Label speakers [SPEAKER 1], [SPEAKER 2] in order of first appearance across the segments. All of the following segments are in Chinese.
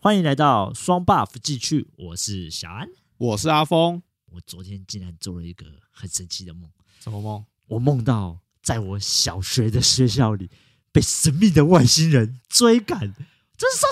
[SPEAKER 1] 欢迎来到双 buff 继续，我是小安。
[SPEAKER 2] 我是阿峰。
[SPEAKER 1] 我昨天竟然做了一个很神奇的梦，
[SPEAKER 2] 什么梦？
[SPEAKER 1] 我梦到在我小学的学校里被神秘的外星人追赶，真是傻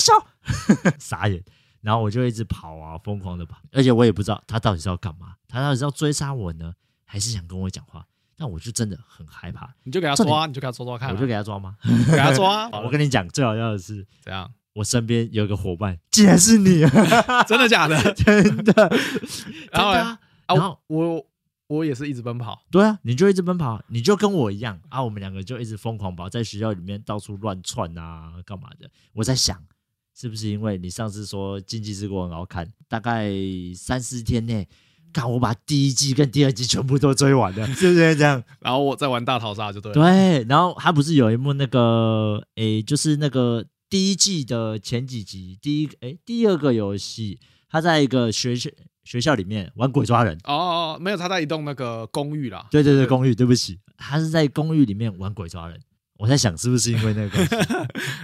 [SPEAKER 1] 小， 傻眼。然后我就一直跑啊，疯狂的跑，而且我也不知道他到底是要干嘛，他到底是要追杀我呢，还是想跟我讲话？但我就真的很害怕，
[SPEAKER 2] 你就给他抓，你就给他抓抓看啊、
[SPEAKER 1] 我就给他抓吗？。
[SPEAKER 2] 给他抓
[SPEAKER 1] 我跟你讲，最好笑的是，
[SPEAKER 2] 怎样？
[SPEAKER 1] 我身边有一个伙伴，竟然是你，
[SPEAKER 2] 真的 假的？
[SPEAKER 1] 真的，
[SPEAKER 2] 然后
[SPEAKER 1] 真的
[SPEAKER 2] 嘞
[SPEAKER 1] 啊
[SPEAKER 2] 啊
[SPEAKER 1] 然后
[SPEAKER 2] 我我也是一直奔跑，
[SPEAKER 1] 对啊，你就一直奔跑，你就跟我一样啊，我们两个就一直疯狂跑，在学校里面到处乱窜啊，干嘛的？我在想，是不是因为你上次说《经济之国》很好看，大概三四天内，看我把第一季跟第二季全部都追完了， 是不是这样？
[SPEAKER 2] 然后我在玩大逃杀就对了。
[SPEAKER 1] 对，啊然后他不是有一幕那个，诶，就是那个第一季的前几集，第一诶第二个游戏，他在一个学校学校里面玩鬼抓人。
[SPEAKER 2] 哦哦，哦没有，他在一栋那个公寓 啦。
[SPEAKER 1] 对对对，公寓，对不起，他是在公寓里面玩鬼抓人。我在想是不是因为那个关 系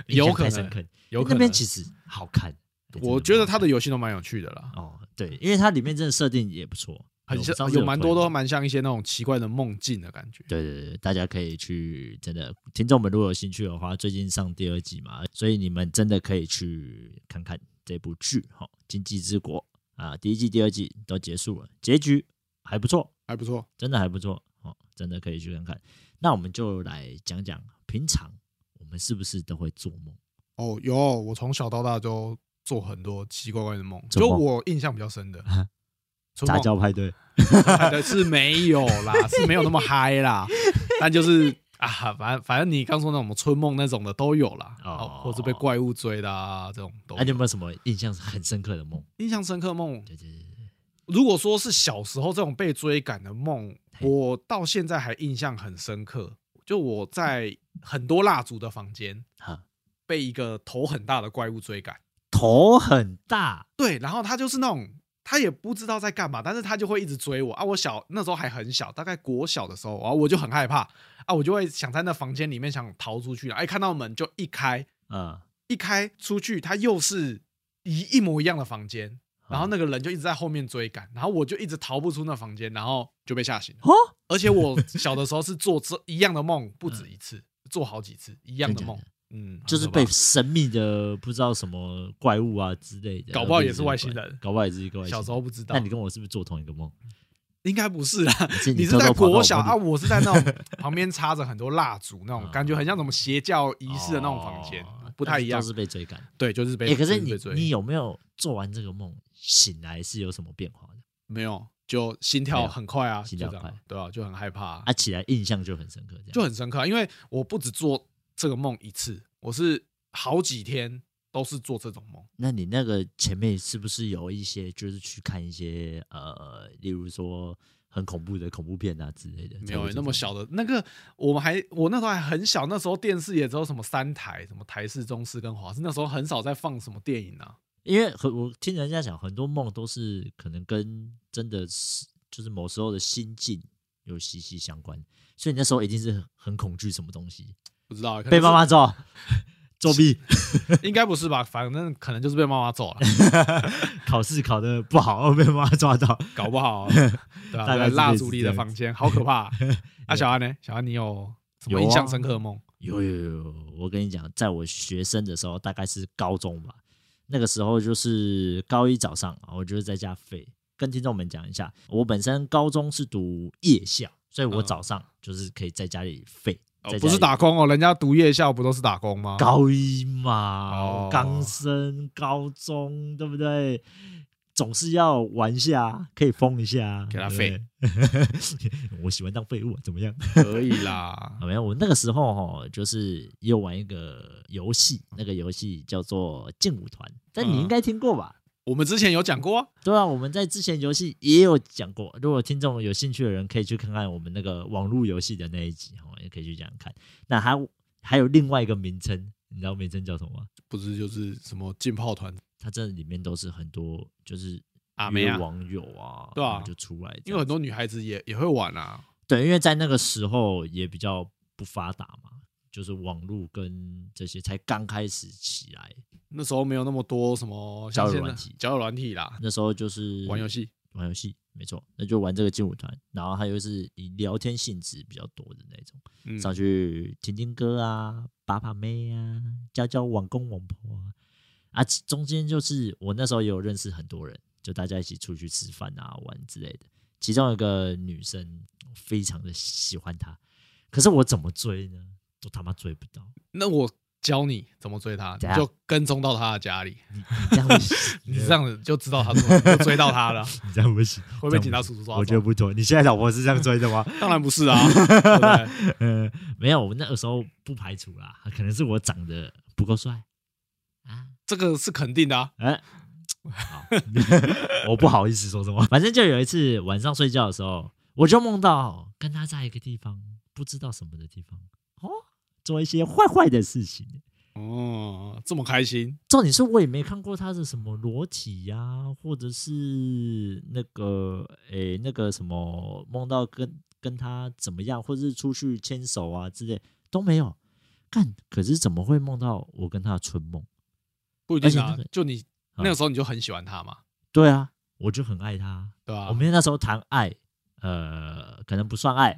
[SPEAKER 1] 印
[SPEAKER 2] 有
[SPEAKER 1] 象
[SPEAKER 2] 可
[SPEAKER 1] 太
[SPEAKER 2] 能
[SPEAKER 1] 深刻，
[SPEAKER 2] 有可
[SPEAKER 1] 那边
[SPEAKER 2] 能。
[SPEAKER 1] 其实好看。对
[SPEAKER 2] 我觉得他的
[SPEAKER 1] 真
[SPEAKER 2] 游戏都蛮有趣的啦
[SPEAKER 1] 蛮，好看哦，对，因为它里面真的设定也不错，
[SPEAKER 2] 很
[SPEAKER 1] 我
[SPEAKER 2] 像
[SPEAKER 1] 上次
[SPEAKER 2] 有蛮
[SPEAKER 1] 推
[SPEAKER 2] 多都
[SPEAKER 1] 嘛
[SPEAKER 2] 蛮像一些那种奇怪的梦境的感觉。
[SPEAKER 1] 对对对，大家可以去真的，听众们如果有兴趣的话，最近上第二季嘛，所以你们真的可以去看看这部剧哈，哦《经济之国》啊，第一季、第二季都结束了，结局还不错，
[SPEAKER 2] 还不错。
[SPEAKER 1] 真的还不错哦，真的可以去看看。那我们就来讲讲平常我们是不是都会做梦？
[SPEAKER 2] 哦，有，我从小到大就做很多奇奇怪怪的梦，
[SPEAKER 1] 做
[SPEAKER 2] 就
[SPEAKER 1] 梦
[SPEAKER 2] 我印象比较深的。春
[SPEAKER 1] 杂
[SPEAKER 2] 梦
[SPEAKER 1] 交派对，
[SPEAKER 2] 的是没有 啦，是没有那么嗨啦，但就是啊，反正反正你刚说那种春梦那种的都有啦，
[SPEAKER 1] 哦
[SPEAKER 2] 哦，或是被怪物追的啊，这种都
[SPEAKER 1] 那、你有没有什么印象很深刻的梦？
[SPEAKER 2] 印象深刻梦。
[SPEAKER 1] 对对对对，
[SPEAKER 2] 如果说是小时候这种被追赶的梦，
[SPEAKER 1] 嘿
[SPEAKER 2] 我到现在还印象很深刻。就我在很多蜡烛的房间
[SPEAKER 1] 哈，
[SPEAKER 2] 被一个头很大的怪物追赶，
[SPEAKER 1] 头很大，
[SPEAKER 2] 对，然后他就是那种。他也不知道在干嘛，但是他就会一直追我啊！我小那时候还很小，大概国小的时候，啊，我就很害怕啊，我就会想在那房间里面想逃出去啊，哎，看到门就一开，
[SPEAKER 1] 嗯，
[SPEAKER 2] 一开出去，他又是一一模一样的房间，然
[SPEAKER 1] 啊
[SPEAKER 2] 后那个人就一直在后面追赶，然后我就一直逃不出那房间，然后就被吓醒了。
[SPEAKER 1] 哦，
[SPEAKER 2] 而且我小的时候是做这一样的梦，不止一次，做好几次一样
[SPEAKER 1] 嗯
[SPEAKER 2] 的
[SPEAKER 1] 真的假
[SPEAKER 2] 梦
[SPEAKER 1] 的，
[SPEAKER 2] 嗯，
[SPEAKER 1] 就是
[SPEAKER 2] 很可
[SPEAKER 1] 被
[SPEAKER 2] 怕
[SPEAKER 1] 神秘的不知道什么怪物啊之类的，呃
[SPEAKER 2] 搞不好也是外星人
[SPEAKER 1] 搞不好也是一个外星人。
[SPEAKER 2] 小时候不知道
[SPEAKER 1] 那，你跟我是不是做同一个梦？
[SPEAKER 2] 应该不是啦，
[SPEAKER 1] 是
[SPEAKER 2] 你是
[SPEAKER 1] 偷偷
[SPEAKER 2] 在
[SPEAKER 1] 跑到
[SPEAKER 2] 国小
[SPEAKER 1] 梦里
[SPEAKER 2] 啊，我是在那 种旁边插着很多蜡烛那种
[SPEAKER 1] 嗯，
[SPEAKER 2] 感觉很像什么邪教仪式的那种房间
[SPEAKER 1] 哦，
[SPEAKER 2] 不太一样
[SPEAKER 1] 但是。都是被追赶。
[SPEAKER 2] 对，就是被
[SPEAKER 1] 哎、可
[SPEAKER 2] 就是
[SPEAKER 1] 你
[SPEAKER 2] 被追
[SPEAKER 1] 你有没有做完这个梦醒来是有什么变化的？
[SPEAKER 2] 没有，就心
[SPEAKER 1] 没
[SPEAKER 2] 跳
[SPEAKER 1] 有
[SPEAKER 2] 很快啊，
[SPEAKER 1] 心
[SPEAKER 2] 就
[SPEAKER 1] 跳
[SPEAKER 2] 这样
[SPEAKER 1] 快
[SPEAKER 2] 对啊，就很害怕啊
[SPEAKER 1] 啊，起来印象就很深刻，这样
[SPEAKER 2] 就很深刻啊，因为我不止做这个梦一次，我是好几天都是做这种梦。
[SPEAKER 1] 那你那个前面是不是有一些就是去看一些呃，例如说很恐怖的恐怖片啊之类的？
[SPEAKER 2] 没
[SPEAKER 1] 才
[SPEAKER 2] 有
[SPEAKER 1] 会
[SPEAKER 2] 欸
[SPEAKER 1] 这
[SPEAKER 2] 那
[SPEAKER 1] 种
[SPEAKER 2] 么小的那个，我们还我那时候还很小，那时候电视也只有什么三台，什么台视、中视跟华视，那时候很少在放什么电影啊。
[SPEAKER 1] 因为很我听人家讲，很多梦都是可能跟真的是就是某时候的心境有息息相关，所以你那时候一定是很很恐惧什么东西，
[SPEAKER 2] 不知道欸可能
[SPEAKER 1] 被
[SPEAKER 2] 是
[SPEAKER 1] 妈妈揍、作弊、
[SPEAKER 2] 应该不是吧？反正可能就是被妈妈揍了，
[SPEAKER 1] 考试考得不好 被妈妈抓到。
[SPEAKER 2] 搞 不好，对啊，
[SPEAKER 1] 大概
[SPEAKER 2] 在
[SPEAKER 1] 是类
[SPEAKER 2] 蜡
[SPEAKER 1] 似
[SPEAKER 2] 烛里
[SPEAKER 1] 这
[SPEAKER 2] 的
[SPEAKER 1] 样
[SPEAKER 2] 房间，好可怕 啊。啊，小安呢？小安，你有什么
[SPEAKER 1] 有
[SPEAKER 2] 印象
[SPEAKER 1] 啊
[SPEAKER 2] 深刻的梦？
[SPEAKER 1] 有有有有，我跟你讲，在我学生的时候，大概是高中吧，那个时候就是高一早上啊，我就是在家废。跟听众们讲一下，我本身高中是读夜校，所以我
[SPEAKER 2] 嗯
[SPEAKER 1] 早上就是可以在家里废。
[SPEAKER 2] 哦
[SPEAKER 1] 在家
[SPEAKER 2] 不是
[SPEAKER 1] 里
[SPEAKER 2] 打工哦，人家读夜校不都是打工吗？
[SPEAKER 1] 高一嘛，
[SPEAKER 2] 哦
[SPEAKER 1] 我刚升高中，对不对？总是要玩一下，可以疯一下，
[SPEAKER 2] 给他
[SPEAKER 1] 对不对 我喜欢当废物啊，怎么样？
[SPEAKER 2] 可以啦
[SPEAKER 1] 啊，，没有，我那个时候哈，就是也有玩一个游戏，那个游戏叫做劲舞团，但
[SPEAKER 2] 嗯
[SPEAKER 1] 你应该听过吧？
[SPEAKER 2] 我们之前有讲过啊，
[SPEAKER 1] 对啊，我们在之前游戏也有讲过，如果听众有兴趣的人，可以去看看我们那个网络游戏的那一集哦，也可以去讲看。那还还有另外一个名称，你知道名称叫什么吗？
[SPEAKER 2] 不是就是什么浸泡团
[SPEAKER 1] 它这里面都是很多就是
[SPEAKER 2] 阿妹
[SPEAKER 1] 约
[SPEAKER 2] 啊，
[SPEAKER 1] 网友啊，
[SPEAKER 2] 对啊
[SPEAKER 1] 然后就出来这样子，
[SPEAKER 2] 因为很多女孩子也也会玩啊，
[SPEAKER 1] 对，因为在那个时候也比较不发达嘛，就是网络跟这些才刚开始起来，
[SPEAKER 2] 那时候没有那么多什么像
[SPEAKER 1] 交友
[SPEAKER 2] 现在
[SPEAKER 1] 软体嗯
[SPEAKER 2] 交友软体啦，
[SPEAKER 1] 那时候就是
[SPEAKER 2] 玩游戏。
[SPEAKER 1] 玩游戏，没错，那就玩这个劲舞团，然后还有是以聊天性质比较多的那种，
[SPEAKER 2] 嗯，
[SPEAKER 1] 上去听听歌啊，把把妹啊，交交网公网婆啊，啊，其中间就是我那时候也有认识很多人，就大家一起出去吃饭啊、玩之类的。其中有一个女生，我非常的喜欢她，可是我怎么追呢？都他妈追不到。
[SPEAKER 2] 那我教你怎么追他，
[SPEAKER 1] 怎
[SPEAKER 2] 你
[SPEAKER 1] 样
[SPEAKER 2] 就跟踪到他的家里，，
[SPEAKER 1] 你你这样不行
[SPEAKER 2] 你这样子就知道他怎么就追到他了，
[SPEAKER 1] 你这样不行，
[SPEAKER 2] 会被警察叔叔抓走。
[SPEAKER 1] 我觉得不妥。你现在老婆是这样追的吗？
[SPEAKER 2] 当然不 是啊，对不对
[SPEAKER 1] 呃， 没有，我那个时候不排除啦，可能是我长得不够帅啊。
[SPEAKER 2] 这个是肯定的啊。
[SPEAKER 1] 哎、 好，我不好意思说什么。反正就有一次晚上睡觉的时候，我就梦到跟他在一个地方，不知道什么的地方，哦，做一些坏坏的事情。
[SPEAKER 2] 哦，这么开心，
[SPEAKER 1] 重点是我也没看过他的什么裸体呀、或者是那个诶、那个什么梦到跟跟他怎么样，或者是出去牵手啊之类都没有。干，可是怎么会梦到我跟他的春梦？
[SPEAKER 2] 不一定
[SPEAKER 1] 而
[SPEAKER 2] 啊
[SPEAKER 1] 且那哎个。
[SPEAKER 2] 就你那个时候你就很喜欢他嘛，
[SPEAKER 1] 对啊，我就很爱他。
[SPEAKER 2] 对吧
[SPEAKER 1] 我？们那时候谈爱，呃，可能不算爱，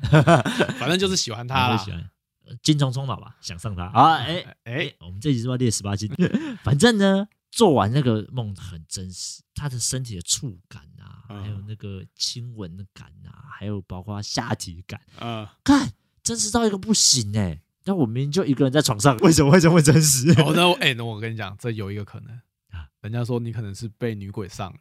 [SPEAKER 2] 反正就是喜欢他
[SPEAKER 1] 我
[SPEAKER 2] 啦
[SPEAKER 1] 会喜。欢呃金虫冲脑吧，想上他啊！哎、哎
[SPEAKER 2] 哎，，
[SPEAKER 1] 我们这集是不是要列十八禁， 反正呢，做完那个梦很真实，他的身体的触感啊，
[SPEAKER 2] 嗯
[SPEAKER 1] 还有那个亲吻的感啊，还有包括下体感，
[SPEAKER 2] 嗯，
[SPEAKER 1] 看真实到一个不行哎、但我明明就一个人在床上，为什么会这么真 实？
[SPEAKER 2] 哦，那我哎，那我跟你讲，这有一个可能
[SPEAKER 1] 啊，
[SPEAKER 2] 人家说你可能是被女鬼上了，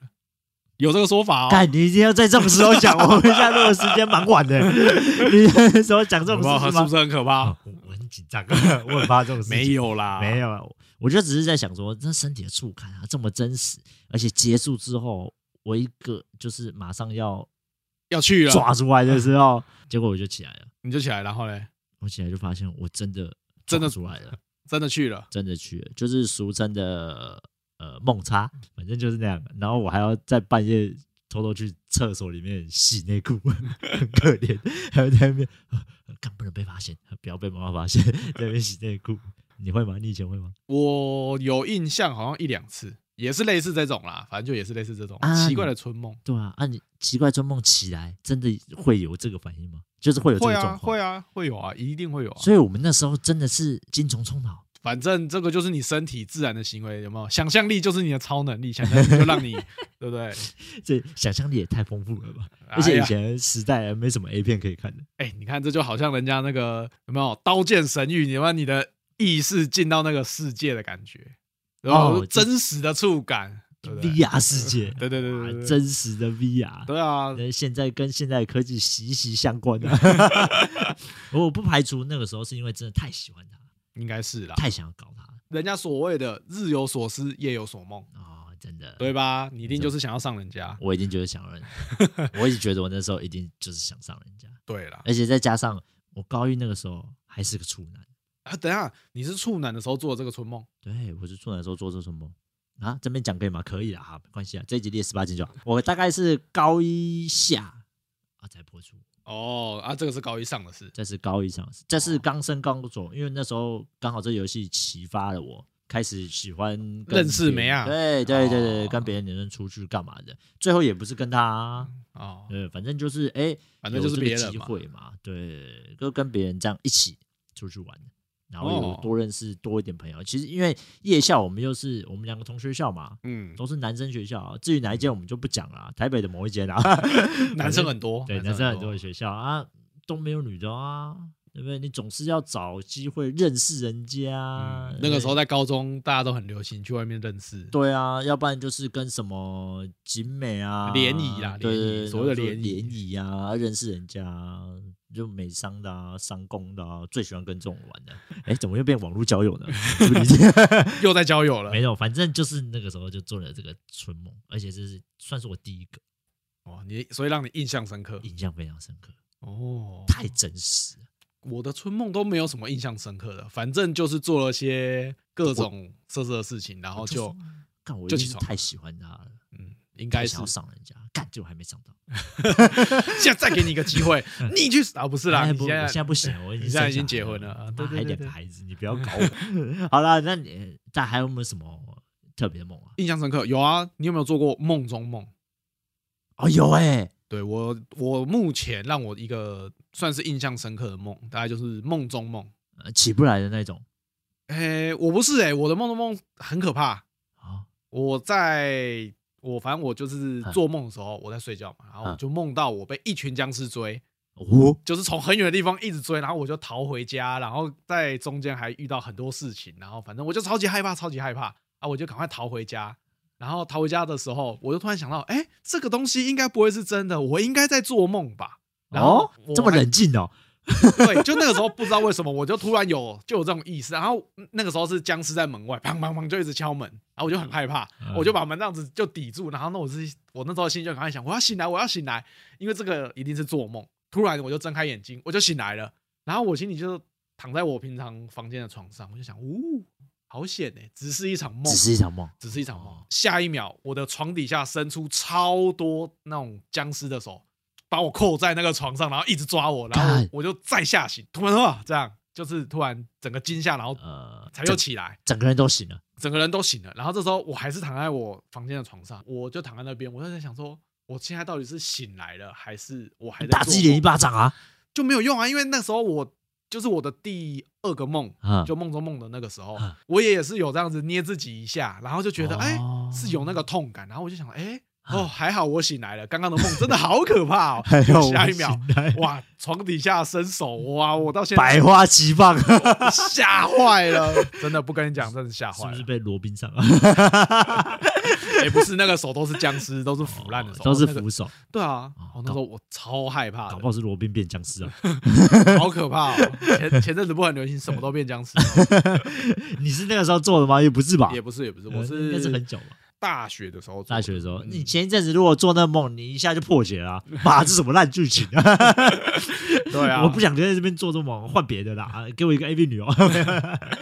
[SPEAKER 2] 有这个说法哦。
[SPEAKER 1] 看你一定要在这种时候讲，我们现在录的时间蛮晚的， 你那时候讲这
[SPEAKER 2] 有
[SPEAKER 1] 种
[SPEAKER 2] 没有
[SPEAKER 1] 事情
[SPEAKER 2] 是不
[SPEAKER 1] 吗？
[SPEAKER 2] 是很可怕？
[SPEAKER 1] 啊，我我很紧张， 我很怕这种事情。
[SPEAKER 2] 没有啦，
[SPEAKER 1] 没有，啊，我我就只是在想说，这身体的触感啊，这么真实，而且结束之后，我一个就是马上要
[SPEAKER 2] 要去了，
[SPEAKER 1] 抓出来的时
[SPEAKER 2] 嗯
[SPEAKER 1] 候，结果我就起来了，
[SPEAKER 2] 你就起来，然后嘞，
[SPEAKER 1] 我起来就发现我真的
[SPEAKER 2] 真的
[SPEAKER 1] 抓出来了，
[SPEAKER 2] 真的去了，
[SPEAKER 1] 真的去了，就是俗称的呃梦差，
[SPEAKER 2] 嗯
[SPEAKER 1] 反正就是那样。然后我还要在半夜偷偷去厕所里面洗内裤，很可怜，还要在那边，呃干、不能被发现，不要被妈妈发现，在那边洗内裤。你会吗？你以前会吗？
[SPEAKER 2] 我有印象，好像一两次，也是类似这种啦，反正就也是类似这种
[SPEAKER 1] 啊
[SPEAKER 2] 奇怪的春梦。
[SPEAKER 1] 对啊，啊你奇怪做梦起来，真的会有这个反应吗？就是会有这
[SPEAKER 2] 会
[SPEAKER 1] 个
[SPEAKER 2] 啊，
[SPEAKER 1] 状况。
[SPEAKER 2] 会
[SPEAKER 1] 啊。
[SPEAKER 2] 啊，会有啊，一定会有啊。
[SPEAKER 1] 所以我们那时候真的是精虫充脑，
[SPEAKER 2] 反正这个就是你身体自然的行为，有没有？想象力就是你的超能力，想象力就让你， 对不 对？
[SPEAKER 1] 这想象力也太丰富了吧！
[SPEAKER 2] 而
[SPEAKER 1] 而且以前时代啊没什么 A 片可以看的，
[SPEAKER 2] 哎、你看这就好像人家那个有没有《刀剑神域》，你把你的意识进到那个世界的感觉，然后、
[SPEAKER 1] 哦就
[SPEAKER 2] 真实的触感，对不对？
[SPEAKER 1] VR 世界，
[SPEAKER 2] 对对对对
[SPEAKER 1] 啊
[SPEAKER 2] 对，
[SPEAKER 1] 真实的 VR，
[SPEAKER 2] 对啊，
[SPEAKER 1] 那现在跟现在的科技息息相关的。 我不排除那个时候是因为真的太喜欢他，
[SPEAKER 2] 应该是啦。
[SPEAKER 1] 太想要搞他了
[SPEAKER 2] 人家所谓的日有所思，夜有所梦，
[SPEAKER 1] 哦，真的。
[SPEAKER 2] 对吧？你一定就是想要上人家，
[SPEAKER 1] 我一定就是想人， 我一直觉得我那时候一定就是想上人家。
[SPEAKER 2] 对啦。
[SPEAKER 1] 而且再加上我高一那个时候还是个处男，
[SPEAKER 2] 啊，等一下，你是处男的时候做的这个春梦，
[SPEAKER 1] 对我是处男的时候做这什么啊？这边讲可以吗？可以啦，哈，没关系啊，这一集列十八禁就好。我大概是高一下啊才播出，
[SPEAKER 2] 哦啊，这个是高一上的事，
[SPEAKER 1] 这是高一上，这是刚升高中，因为那时候刚好这游戏启发了我。开始喜欢跟
[SPEAKER 2] 认识
[SPEAKER 1] 别人
[SPEAKER 2] 妹啊
[SPEAKER 1] 对对对对，
[SPEAKER 2] 哦
[SPEAKER 1] 跟别的女生出去干嘛的？最后也不是跟他、啊，
[SPEAKER 2] 哦，
[SPEAKER 1] 对，反正就是哎，
[SPEAKER 2] 反正就是
[SPEAKER 1] 有这个
[SPEAKER 2] 别人
[SPEAKER 1] 机
[SPEAKER 2] 嘛，
[SPEAKER 1] 会嘛，对，就跟别人这样一起出去玩，然后有
[SPEAKER 2] 哦
[SPEAKER 1] 多认识多一点朋友。其实因为夜校我们又是我们两个同学校嘛，
[SPEAKER 2] 嗯，
[SPEAKER 1] 都是男生学校、啊，至于哪一间我们就不讲了、台北的某一间啊，
[SPEAKER 2] 男生很多，嗯
[SPEAKER 1] 对，男生很多的学校啊，都没有女的啊，对不对？你总是要找机会认识人家啊、
[SPEAKER 2] 嗯那个时候
[SPEAKER 1] 对
[SPEAKER 2] 在高中，大家都很流行去外面认识，
[SPEAKER 1] 对啊，要不然就是跟什么景美啊
[SPEAKER 2] 联谊啦
[SPEAKER 1] 对
[SPEAKER 2] 联谊
[SPEAKER 1] 对对，
[SPEAKER 2] 所谓的
[SPEAKER 1] 然后就
[SPEAKER 2] 联谊
[SPEAKER 1] 联谊啊，认识人家啊就美商的啊、商工的啊，最喜欢跟这种玩的。哎，怎么又变网络交友呢？是不是
[SPEAKER 2] 又在交友了
[SPEAKER 1] 没。有，反正就是那个时候就做了这个春梦，而且这是算是我第一个
[SPEAKER 2] 哦，你所以让你印象深刻
[SPEAKER 1] 印象非常深刻，
[SPEAKER 2] 哦。
[SPEAKER 1] 太真实了。
[SPEAKER 2] 我的春梦都没有什么印象深刻的，反正就是做了些各种色色的事情，然后哦就
[SPEAKER 1] 看我
[SPEAKER 2] 就
[SPEAKER 1] 一定
[SPEAKER 2] 起
[SPEAKER 1] 是
[SPEAKER 2] 床
[SPEAKER 1] 太喜欢他了，
[SPEAKER 2] 嗯，应该
[SPEAKER 1] 太
[SPEAKER 2] 是
[SPEAKER 1] 想要上人家，干结果还没上到。
[SPEAKER 2] 现在再给你一个机会，你去啊，不是啦，
[SPEAKER 1] 嗯哎
[SPEAKER 2] 你
[SPEAKER 1] 不，
[SPEAKER 2] 现
[SPEAKER 1] 我
[SPEAKER 2] 在
[SPEAKER 1] 现在不行，我已
[SPEAKER 2] 你
[SPEAKER 1] 经
[SPEAKER 2] 现在
[SPEAKER 1] 生
[SPEAKER 2] 已
[SPEAKER 1] 小
[SPEAKER 2] 经
[SPEAKER 1] 孩
[SPEAKER 2] 结婚了啊对
[SPEAKER 1] 妈
[SPEAKER 2] 对
[SPEAKER 1] 还
[SPEAKER 2] 对
[SPEAKER 1] 得
[SPEAKER 2] 对
[SPEAKER 1] 孩子，你不要搞我。好啦，那你但还有没有什么特别梦啊？
[SPEAKER 2] 印象深刻。有啊，你有没有做过梦中梦？
[SPEAKER 1] 哦，有哎、
[SPEAKER 2] 对我，我目前让我一个算是印象深刻的梦，大概就是梦中梦。
[SPEAKER 1] 呃起不来的那种
[SPEAKER 2] 诶、我不是诶、我的梦中梦很可怕。
[SPEAKER 1] 啊、
[SPEAKER 2] 我在我反正我就是
[SPEAKER 1] 嗯
[SPEAKER 2] 做梦的时候，我在睡觉嘛，然后我
[SPEAKER 1] 嗯
[SPEAKER 2] 就梦到我被一群僵尸追，
[SPEAKER 1] 哦，
[SPEAKER 2] 就是从很远的地方一直追，然后我就逃回家，然后在中间还遇到很多事情，然后反正我就超级害怕，超级害怕啊！我就赶快逃回家。然后逃回家的时候，我就突然想到，哎，这个东西应该不会是真的，我应该在做梦吧？然后
[SPEAKER 1] 哦
[SPEAKER 2] 我，
[SPEAKER 1] 这么
[SPEAKER 2] 还
[SPEAKER 1] 冷静哦，
[SPEAKER 2] 对，就那个时候不知道为什么，我就突然有就有这种意识，然后嗯那个时候是僵尸在门外，砰砰砰就一直敲门，然后我就很害怕，
[SPEAKER 1] 嗯
[SPEAKER 2] 我就把门这样子就抵住，然后那我是我那时候心里就赶快想，我要醒来，我要醒来，因为这个一定是做梦。突然我就睁开眼睛，我就醒来了，然后我心里就躺在我平常房间的床上，我就想，呜、好险哎、只是一场梦
[SPEAKER 1] 只，是一场梦，
[SPEAKER 2] 只是一场梦
[SPEAKER 1] 哦。
[SPEAKER 2] 下一秒，我的床底下伸出超多那种僵尸的手，把我扣在那个床上，然后一直抓我，然后
[SPEAKER 1] 干
[SPEAKER 2] 我就再吓醒，突然啊，这样就是突然整个惊吓，然后
[SPEAKER 1] 呃，
[SPEAKER 2] 才又
[SPEAKER 1] 整
[SPEAKER 2] 起来，
[SPEAKER 1] 整个人都醒了，
[SPEAKER 2] 整个人都醒了。然后这时候我还是躺在我房间的床上，我就躺在那边，我就在想说，我现在到底是醒来了，还是我还在
[SPEAKER 1] 打
[SPEAKER 2] 做
[SPEAKER 1] 自己脸一
[SPEAKER 2] 梦
[SPEAKER 1] 巴掌啊，
[SPEAKER 2] 就没有用啊，因为那时候我就是我的第二个梦，
[SPEAKER 1] 啊、
[SPEAKER 2] 就梦中梦的那个时候
[SPEAKER 1] 嗯，
[SPEAKER 2] 我也是有这样子捏自己一下，然后就觉得
[SPEAKER 1] 哦
[SPEAKER 2] 哎、是有那个痛感，然后我就想哎
[SPEAKER 1] 嗯
[SPEAKER 2] 哦还好我醒来了，刚刚的梦真的好可怕哦
[SPEAKER 1] 还，有我
[SPEAKER 2] 下一秒
[SPEAKER 1] 醒来
[SPEAKER 2] 哇床底下伸手哇我到现
[SPEAKER 1] 百
[SPEAKER 2] 在
[SPEAKER 1] 花齐放，是
[SPEAKER 2] 吓坏了，真的不跟你讲真的吓坏
[SPEAKER 1] 不 是
[SPEAKER 2] 了，
[SPEAKER 1] 被罗宾啊上了？
[SPEAKER 2] 哎不是那个手都是僵尸都是 腐烂的手，
[SPEAKER 1] 哦都是
[SPEAKER 2] 那个
[SPEAKER 1] 扶手，
[SPEAKER 2] 对啊
[SPEAKER 1] 哦，
[SPEAKER 2] 哦那时候我超害怕
[SPEAKER 1] 搞
[SPEAKER 2] 的
[SPEAKER 1] 不，好是罗宾变僵尸啊！
[SPEAKER 2] 好可怕哦，前前阵子不是很流行什么都变僵尸吗，
[SPEAKER 1] 你是那个时候做的吗？也不是 吧？
[SPEAKER 2] 也不是也不是，
[SPEAKER 1] 呃
[SPEAKER 2] 我
[SPEAKER 1] 应该是很久吧。
[SPEAKER 2] 大学的时候做的，
[SPEAKER 1] 大学的时候，
[SPEAKER 2] 嗯
[SPEAKER 1] 你前一阵子如果做那梦，你一下就破解了、 啊，妈，这什么烂剧情啊！
[SPEAKER 2] 对 啊，
[SPEAKER 1] 我不想在这边做这种梦，换别的啦，啊给我一个 AV 女哦。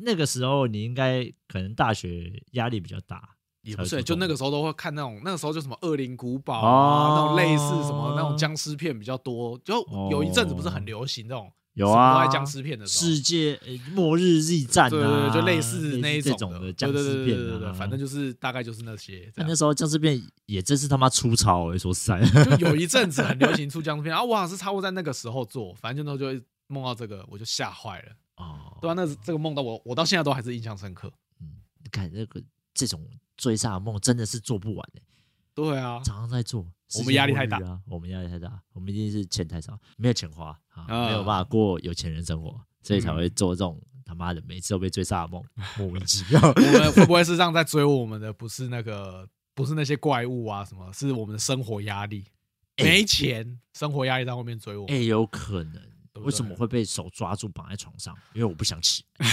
[SPEAKER 1] 那个时候你应该可能大学压力比较大，
[SPEAKER 2] 也
[SPEAKER 1] 才
[SPEAKER 2] 不
[SPEAKER 1] 会
[SPEAKER 2] 是欸、
[SPEAKER 1] 出
[SPEAKER 2] 就
[SPEAKER 1] 动
[SPEAKER 2] 那个时候都会看那种，那个时候就什么《恶灵古堡啊》
[SPEAKER 1] 哦
[SPEAKER 2] 那种类似什么那种僵尸片比较多，就有一阵子不是很流行这种，
[SPEAKER 1] 哦有啊
[SPEAKER 2] 什么都在僵尸片的时候
[SPEAKER 1] 世。界呃末日 Z 战啊，
[SPEAKER 2] 对对对，就类
[SPEAKER 1] 似
[SPEAKER 2] 似那一
[SPEAKER 1] 这
[SPEAKER 2] 种
[SPEAKER 1] 的
[SPEAKER 2] 对
[SPEAKER 1] 僵
[SPEAKER 2] 对对
[SPEAKER 1] 尸
[SPEAKER 2] 对
[SPEAKER 1] 片
[SPEAKER 2] 对对对，
[SPEAKER 1] 啊，
[SPEAKER 2] 反正就是大概就是那些这
[SPEAKER 1] 那
[SPEAKER 2] 样
[SPEAKER 1] 那。时候僵尸片也真是他妈粗糙、欸，说实 在，
[SPEAKER 2] 就有一阵子很流行出僵尸片，啊，我好像是差不多在那个时候做，反正就那时候就会梦到这个，我就吓坏了，
[SPEAKER 1] 哦，
[SPEAKER 2] 对啊，那这个梦到我，我到现在都还是印象深刻。
[SPEAKER 1] 看这个这种追杀的梦真的是做不完、欸
[SPEAKER 2] 对啊，
[SPEAKER 1] 常常在做。
[SPEAKER 2] 我们压力太大
[SPEAKER 1] 世界末日啊！我们压力太大，我们一定是钱太少，没有钱花啊，
[SPEAKER 2] 啊
[SPEAKER 1] 没有办法过有钱人生活，所以才
[SPEAKER 2] 嗯
[SPEAKER 1] 会做这种他妈的每次都被追杀的梦， 莫名其妙。
[SPEAKER 2] 我们会不会是让在追我们的不是那个不是那些怪物啊什么，是我们的生活压力，
[SPEAKER 1] 哎
[SPEAKER 2] 没钱，生活压力在后面追我
[SPEAKER 1] 哎、
[SPEAKER 2] 们。
[SPEAKER 1] 有可能。
[SPEAKER 2] 对
[SPEAKER 1] 为什么会被手抓住绑在床上？因为我不想起来。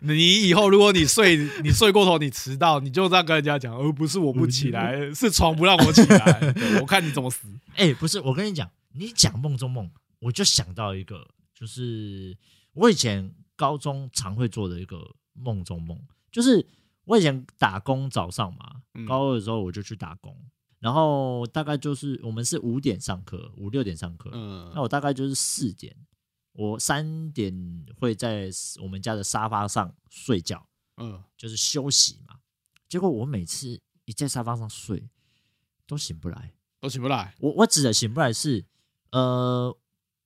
[SPEAKER 2] 你以后如果你睡 你睡过头，你迟到，你就这样跟人家讲，而、不是我不起
[SPEAKER 1] 嗯
[SPEAKER 2] 来，是床不让我起 来，对我看你怎么死。
[SPEAKER 1] 哎、不是，我跟你讲，你讲梦中梦，我就想到一个，就是我以前高中常会做的一个梦中梦，就是我以前打工早上嘛，
[SPEAKER 2] 嗯
[SPEAKER 1] 高二的时候我就去打工，然后大概就是我们是五点上课，五六点上课，
[SPEAKER 2] 嗯
[SPEAKER 1] 那，我大概就是四点，我三点会在我们家的沙发上睡觉，
[SPEAKER 2] 嗯，
[SPEAKER 1] 就是休息嘛。结果我每次一在沙发上睡，都醒不来。
[SPEAKER 2] 都起不来。
[SPEAKER 1] 我我指的醒不来是，呃，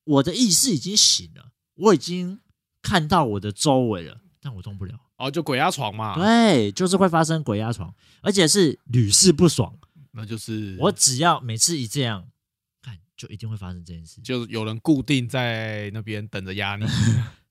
[SPEAKER 1] 我的意识已经醒了，我已经看到我的周围了，但我动不了。
[SPEAKER 2] 哦，就鬼压床嘛，
[SPEAKER 1] 对，啊就是会发生鬼压床，而且是屡试不爽。
[SPEAKER 2] 那就是
[SPEAKER 1] 我只要每次一这样，看就一定会发生这件事。
[SPEAKER 2] 就是有人固定在那边等着压 你。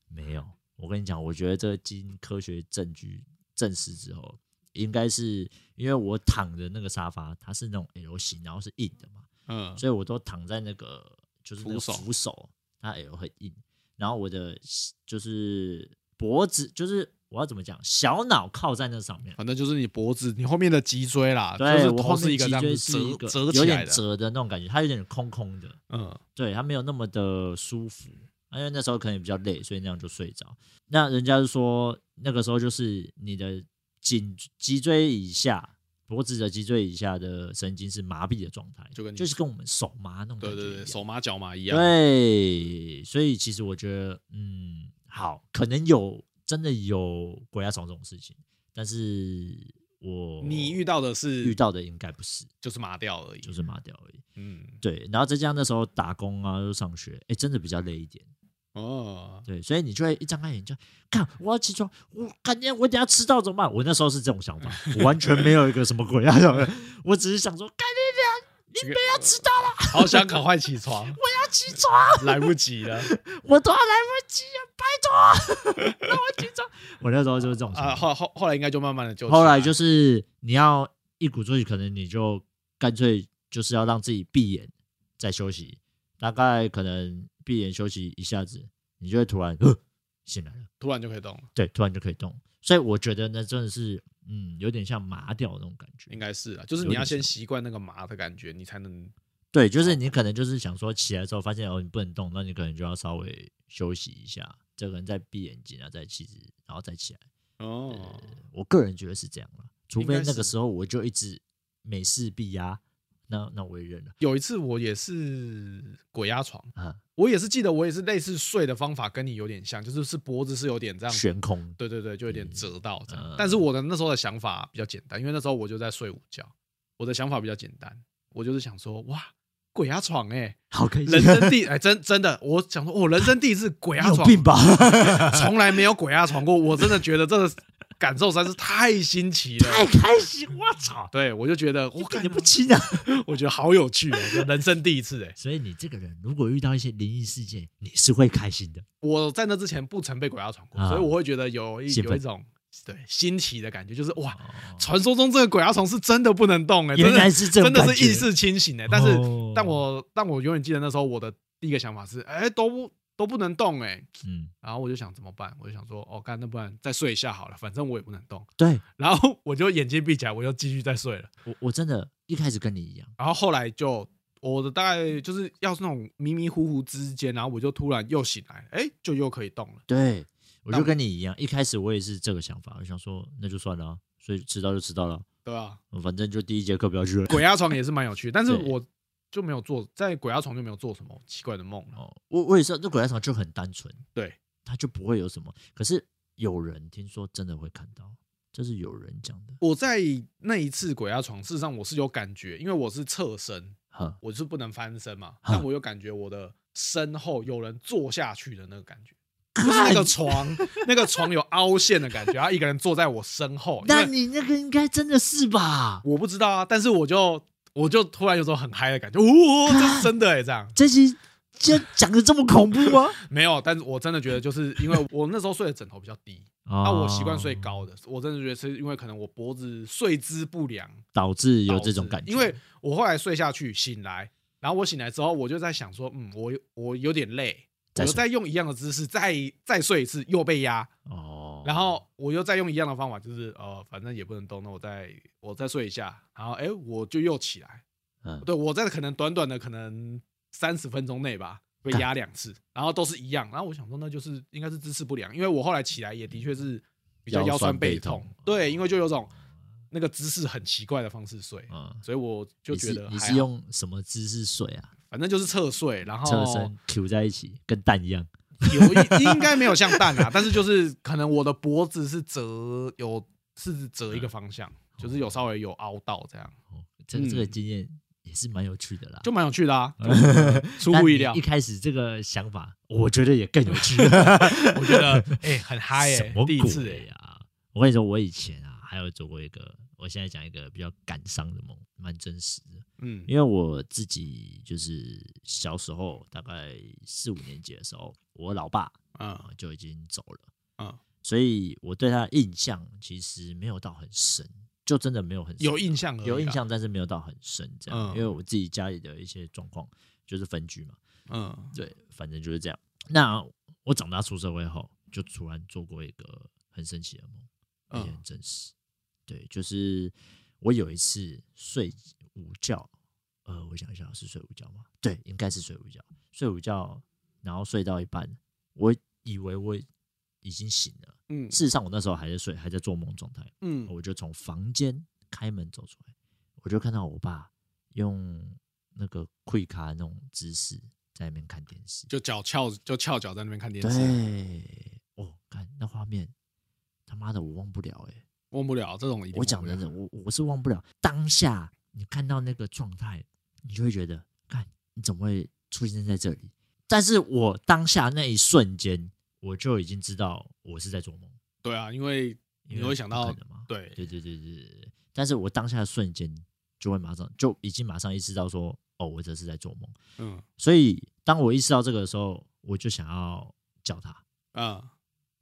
[SPEAKER 1] 没有，我跟你讲，我觉得这经科学证据证实之后，应该是因为我躺的那个沙发，它是那种 L 型，然后是硬的嘛，
[SPEAKER 2] 嗯，
[SPEAKER 1] 所以我都躺在那个就是那个
[SPEAKER 2] 扶手
[SPEAKER 1] 扶手，它 L 很硬，然后我的就是脖子，就是我要怎么讲，小脑靠在那上面，
[SPEAKER 2] 反正就是你脖子，你后面的脊椎啦，啊就
[SPEAKER 1] 对
[SPEAKER 2] 是
[SPEAKER 1] 我
[SPEAKER 2] 头
[SPEAKER 1] 后
[SPEAKER 2] 是
[SPEAKER 1] 面
[SPEAKER 2] 一个
[SPEAKER 1] 脊
[SPEAKER 2] 这样
[SPEAKER 1] 椎
[SPEAKER 2] 子
[SPEAKER 1] 是一
[SPEAKER 2] 折
[SPEAKER 1] 个
[SPEAKER 2] 折起
[SPEAKER 1] 有
[SPEAKER 2] 来
[SPEAKER 1] 点
[SPEAKER 2] 的。
[SPEAKER 1] 折的那种感觉，它有点空空的，
[SPEAKER 2] 嗯，
[SPEAKER 1] 对，它没有那么的舒服，啊因为那时候可能也比较累，所以那样就睡着。那人家就说那个时候就是你的颈脊椎以下、脖子的脊椎以下的神经是麻痹的状态，
[SPEAKER 2] 就跟你
[SPEAKER 1] 就是跟我们手麻那种感
[SPEAKER 2] 对
[SPEAKER 1] 觉
[SPEAKER 2] 对
[SPEAKER 1] 一
[SPEAKER 2] 对，
[SPEAKER 1] 样
[SPEAKER 2] 手麻脚麻一样。
[SPEAKER 1] 对，所以其实我觉得，嗯，好，可能有真的有鬼压床这种事情，但是我
[SPEAKER 2] 你遇到的是
[SPEAKER 1] 遇到的应该不是，
[SPEAKER 2] 就是麻掉而已，
[SPEAKER 1] 就是麻掉而已。
[SPEAKER 2] 嗯
[SPEAKER 1] 对，然后再加上那时候打工啊，又上学，哎，真的比较累一点。
[SPEAKER 2] 哦，
[SPEAKER 1] 对，所以你就会一张开眼就看我要起床，我感觉我等下迟到怎么办？我那时候是这种想法，我完全没有一个什么鬼压床的， 我只是想说，干你娘，你不要迟到了，
[SPEAKER 2] 好想赶快起床，
[SPEAKER 1] 我 要起床，
[SPEAKER 2] 来不及了
[SPEAKER 1] 我都要来不及了，拜托， 让我起床。我那时候就是这种想
[SPEAKER 2] 啊！
[SPEAKER 1] 法。
[SPEAKER 2] 后后后来应该就慢慢的就
[SPEAKER 1] 后来
[SPEAKER 2] 起
[SPEAKER 1] 就是你要一鼓作气，可能你就干脆就是要让自己闭眼再休息，大概可能闭眼休息一下子，你就会突 然、呃、醒来了。
[SPEAKER 2] 突然就可以动了，
[SPEAKER 1] 对，突然就可以动。所以我觉得那真的是，嗯，有点像麻掉那种感觉
[SPEAKER 2] 应。该是啊，就是
[SPEAKER 1] 有
[SPEAKER 2] 你要
[SPEAKER 1] 点
[SPEAKER 2] 先
[SPEAKER 1] 像
[SPEAKER 2] 习惯那个麻的感觉，你才能
[SPEAKER 1] 对，就是你可能就是想说起来之后发现哦你不能动，那你可能就要稍微休息一下，这个人再闭眼睛啊，再起，然后再起来。
[SPEAKER 2] 哦，
[SPEAKER 1] 我个人觉得是这样了，除
[SPEAKER 2] 应该
[SPEAKER 1] 非那个
[SPEAKER 2] 是
[SPEAKER 1] 时候我就一直每事必压，那那我也认了
[SPEAKER 2] 有一次我也是鬼压床，
[SPEAKER 1] 啊，
[SPEAKER 2] 我也是记得我也是类似睡的方法跟你有点像，就是是脖子是有点这样，
[SPEAKER 1] 悬空。
[SPEAKER 2] 对对对，就有点折到这样
[SPEAKER 1] 嗯。
[SPEAKER 2] 但是我的那时候的想法比较简单，因为那时候我就在睡午觉，我的想法比较简单，我就是想说哇。鬼压床哎、
[SPEAKER 1] 好开心
[SPEAKER 2] 人，生第 哎真真的，我想说，我人生第一次鬼
[SPEAKER 1] 你
[SPEAKER 2] 压
[SPEAKER 1] 有
[SPEAKER 2] 床，
[SPEAKER 1] 病吧？
[SPEAKER 2] 从来没有鬼压床过，我真的觉得这个感受实在是太新奇 了。
[SPEAKER 1] 太开心，我操！
[SPEAKER 2] 对，我就觉得我
[SPEAKER 1] 我感
[SPEAKER 2] 感
[SPEAKER 1] 觉
[SPEAKER 2] 觉
[SPEAKER 1] 不轻啊！
[SPEAKER 2] 我觉得好有趣哦，这人生第一次 哎、
[SPEAKER 1] 所以你这个人，如果遇到一些灵异事件，你是会开心的。
[SPEAKER 2] 我在那之前不曾被鬼压床过，
[SPEAKER 1] 啊
[SPEAKER 2] 所以我会觉得有一
[SPEAKER 1] 兴奋
[SPEAKER 2] 有一种对新奇的感觉，就是哇，
[SPEAKER 1] 哦
[SPEAKER 2] 传说中这个鬼压床是真的不能动哎、真
[SPEAKER 1] 原来
[SPEAKER 2] 的
[SPEAKER 1] 是这种
[SPEAKER 2] 真的
[SPEAKER 1] 感
[SPEAKER 2] 是意
[SPEAKER 1] 觉
[SPEAKER 2] 识清醒哎、但是、
[SPEAKER 1] 哦
[SPEAKER 2] 但我但我永远记得那时候我的第一个想法是，哎、都不都不能动哎、
[SPEAKER 1] 嗯，
[SPEAKER 2] 然后我就想怎么办？我就想说，哦，干，那不然再睡一下好了，反正我也不能动。
[SPEAKER 1] 对
[SPEAKER 2] 然后我就眼睛闭起来，我就继续再睡了。
[SPEAKER 1] 我我真的一开始跟你一样，
[SPEAKER 2] 然后后来就我的大概就是要是那种迷迷糊糊之间，然后我就突然又醒来，哎，就又可以动了。
[SPEAKER 1] 对我
[SPEAKER 2] 但
[SPEAKER 1] 就跟你一样，一开始我也是这个想法，我想说那就算了啊，所以迟到就迟到了，
[SPEAKER 2] 对吧？
[SPEAKER 1] 反正就第一节课不要去了。
[SPEAKER 2] 鬼压床也是蛮有趣，但是
[SPEAKER 1] 对
[SPEAKER 2] 我就没有做在鬼压床就没有做什么奇怪的梦了。
[SPEAKER 1] 哦，我我也是，这鬼压床就很单纯，
[SPEAKER 2] 对，
[SPEAKER 1] 他就不会有什么。可是有人听说真的会看到，这是有人讲的。
[SPEAKER 2] 我在那一次鬼压床，事实上我是有感觉，因为我是侧身，
[SPEAKER 1] 哈，
[SPEAKER 2] 我是不能翻身嘛，
[SPEAKER 1] 哈
[SPEAKER 2] 但我有感觉我的身后有人坐下去的那个感 觉。就是那个床，那个床有凹陷的感觉，然后一个人坐在我身后。因为
[SPEAKER 1] 那你那个应该真的是吧？
[SPEAKER 2] 我不知道啊，但是我就我就突然有种很嗨的感觉，哦，这是真的哎、这样
[SPEAKER 1] 这 集这讲的这么恐怖吗？
[SPEAKER 2] 没有，但是我真的觉得就是因为我那时候睡的枕头比较低，啊，
[SPEAKER 1] 啊
[SPEAKER 2] 我习惯睡，高的，我真的觉得是因为可能我脖子睡姿不良
[SPEAKER 1] 导致有
[SPEAKER 2] 导致
[SPEAKER 1] 这种感觉。
[SPEAKER 2] 因为我后来睡下去醒来，然后我醒来之后我就在想说，嗯，我我有点累，我
[SPEAKER 1] 再睡
[SPEAKER 2] 再用一样的姿势再再睡一次又被压，
[SPEAKER 1] 哦，
[SPEAKER 2] 然后我又再用一样的方法，就是呃，反正也不能动，那我再我再睡一下，然后哎、我就又起来。
[SPEAKER 1] 嗯，
[SPEAKER 2] 对我在可能短短的可能三十分钟内吧，被压两次，然后都是一样。然后我想说，那就是应该是姿势不良，因为我后来起来也的确是比较腰酸背
[SPEAKER 1] 腰酸背痛
[SPEAKER 2] 对，因为就有种那个姿势很奇怪的方式睡，
[SPEAKER 1] 嗯，
[SPEAKER 2] 所以我就
[SPEAKER 1] 你
[SPEAKER 2] 觉
[SPEAKER 1] 是
[SPEAKER 2] 得
[SPEAKER 1] 你
[SPEAKER 2] 还
[SPEAKER 1] 是
[SPEAKER 2] 好
[SPEAKER 1] 用什么姿势睡啊？
[SPEAKER 2] 反正就是侧睡，然后
[SPEAKER 1] 侧身 Q 在一起，跟蛋一样。
[SPEAKER 2] 有一 应该没有像蛋啊，但是就是可能我的脖子是折有是折一个方向，就是有稍微有凹到这样，
[SPEAKER 1] 哦，这个这个
[SPEAKER 2] 嗯
[SPEAKER 1] 经验也是蛮有趣的啦，
[SPEAKER 2] 就蛮有趣的啊，就是出
[SPEAKER 1] 但
[SPEAKER 2] 乎
[SPEAKER 1] 哦
[SPEAKER 2] 意
[SPEAKER 1] 你
[SPEAKER 2] 料
[SPEAKER 1] 一。开始这个想法，我觉得也更有 趣。
[SPEAKER 2] 我觉得哎、很嗨哎、
[SPEAKER 1] 什么
[SPEAKER 2] 第一次哎、
[SPEAKER 1] 鬼啊！我跟你说，我以前啊，还有做过一个，我现在讲一个比较感伤的梦，蛮真实的。
[SPEAKER 2] 嗯
[SPEAKER 1] 因为我自己就是小时候，大概四五年级的时候，我老爸
[SPEAKER 2] 啊
[SPEAKER 1] 啊就已经走了。
[SPEAKER 2] 啊，
[SPEAKER 1] 所以我对他的印象其实没有到很深，就真的没有很深
[SPEAKER 2] 有印象而已啊
[SPEAKER 1] 有印，象，但是没有到很深这样，
[SPEAKER 2] 嗯
[SPEAKER 1] 因为我自己家里的一些状况就是分居嘛，
[SPEAKER 2] 嗯，
[SPEAKER 1] 对，反正就是这样。那我长大出社会后，就突然做过一个很神奇的梦，而且
[SPEAKER 2] 嗯
[SPEAKER 1] 很真实。对，就是我有一次睡午觉，呃，我想一下是睡午觉吗？对，应该是睡午觉。睡午觉，然后睡到一半，我以为我已经醒了。
[SPEAKER 2] 嗯
[SPEAKER 1] 事实上，我那时候还在睡，还在做梦状态。
[SPEAKER 2] 嗯
[SPEAKER 1] 我就从房间开门走出来，我就看到我爸用那个跪卡那种姿势在那边看电视。
[SPEAKER 2] 就脚翘就翘脚在那边看电视，
[SPEAKER 1] 对，哦，看那画面他妈的我忘不了哎、
[SPEAKER 2] 忘不了这种一定啊
[SPEAKER 1] 我讲
[SPEAKER 2] 忘不
[SPEAKER 1] 真
[SPEAKER 2] 了
[SPEAKER 1] 的，我我是忘不了当下你看到那个状态，你就会觉得，看你怎么会出现在这里？但是我当下那一瞬间，我就已经知道我是在做梦，
[SPEAKER 2] 对啊，因为
[SPEAKER 1] 因
[SPEAKER 2] 你
[SPEAKER 1] 为
[SPEAKER 2] 会想
[SPEAKER 1] 不可
[SPEAKER 2] 到
[SPEAKER 1] 能嘛？
[SPEAKER 2] 对
[SPEAKER 1] 对对对对对对。但是我当下的瞬间就会马上就已经马上意识到说，哦，我这是在做梦。
[SPEAKER 2] 嗯
[SPEAKER 1] 所以当我意识到这个的时候，我就想要叫他，
[SPEAKER 2] 嗯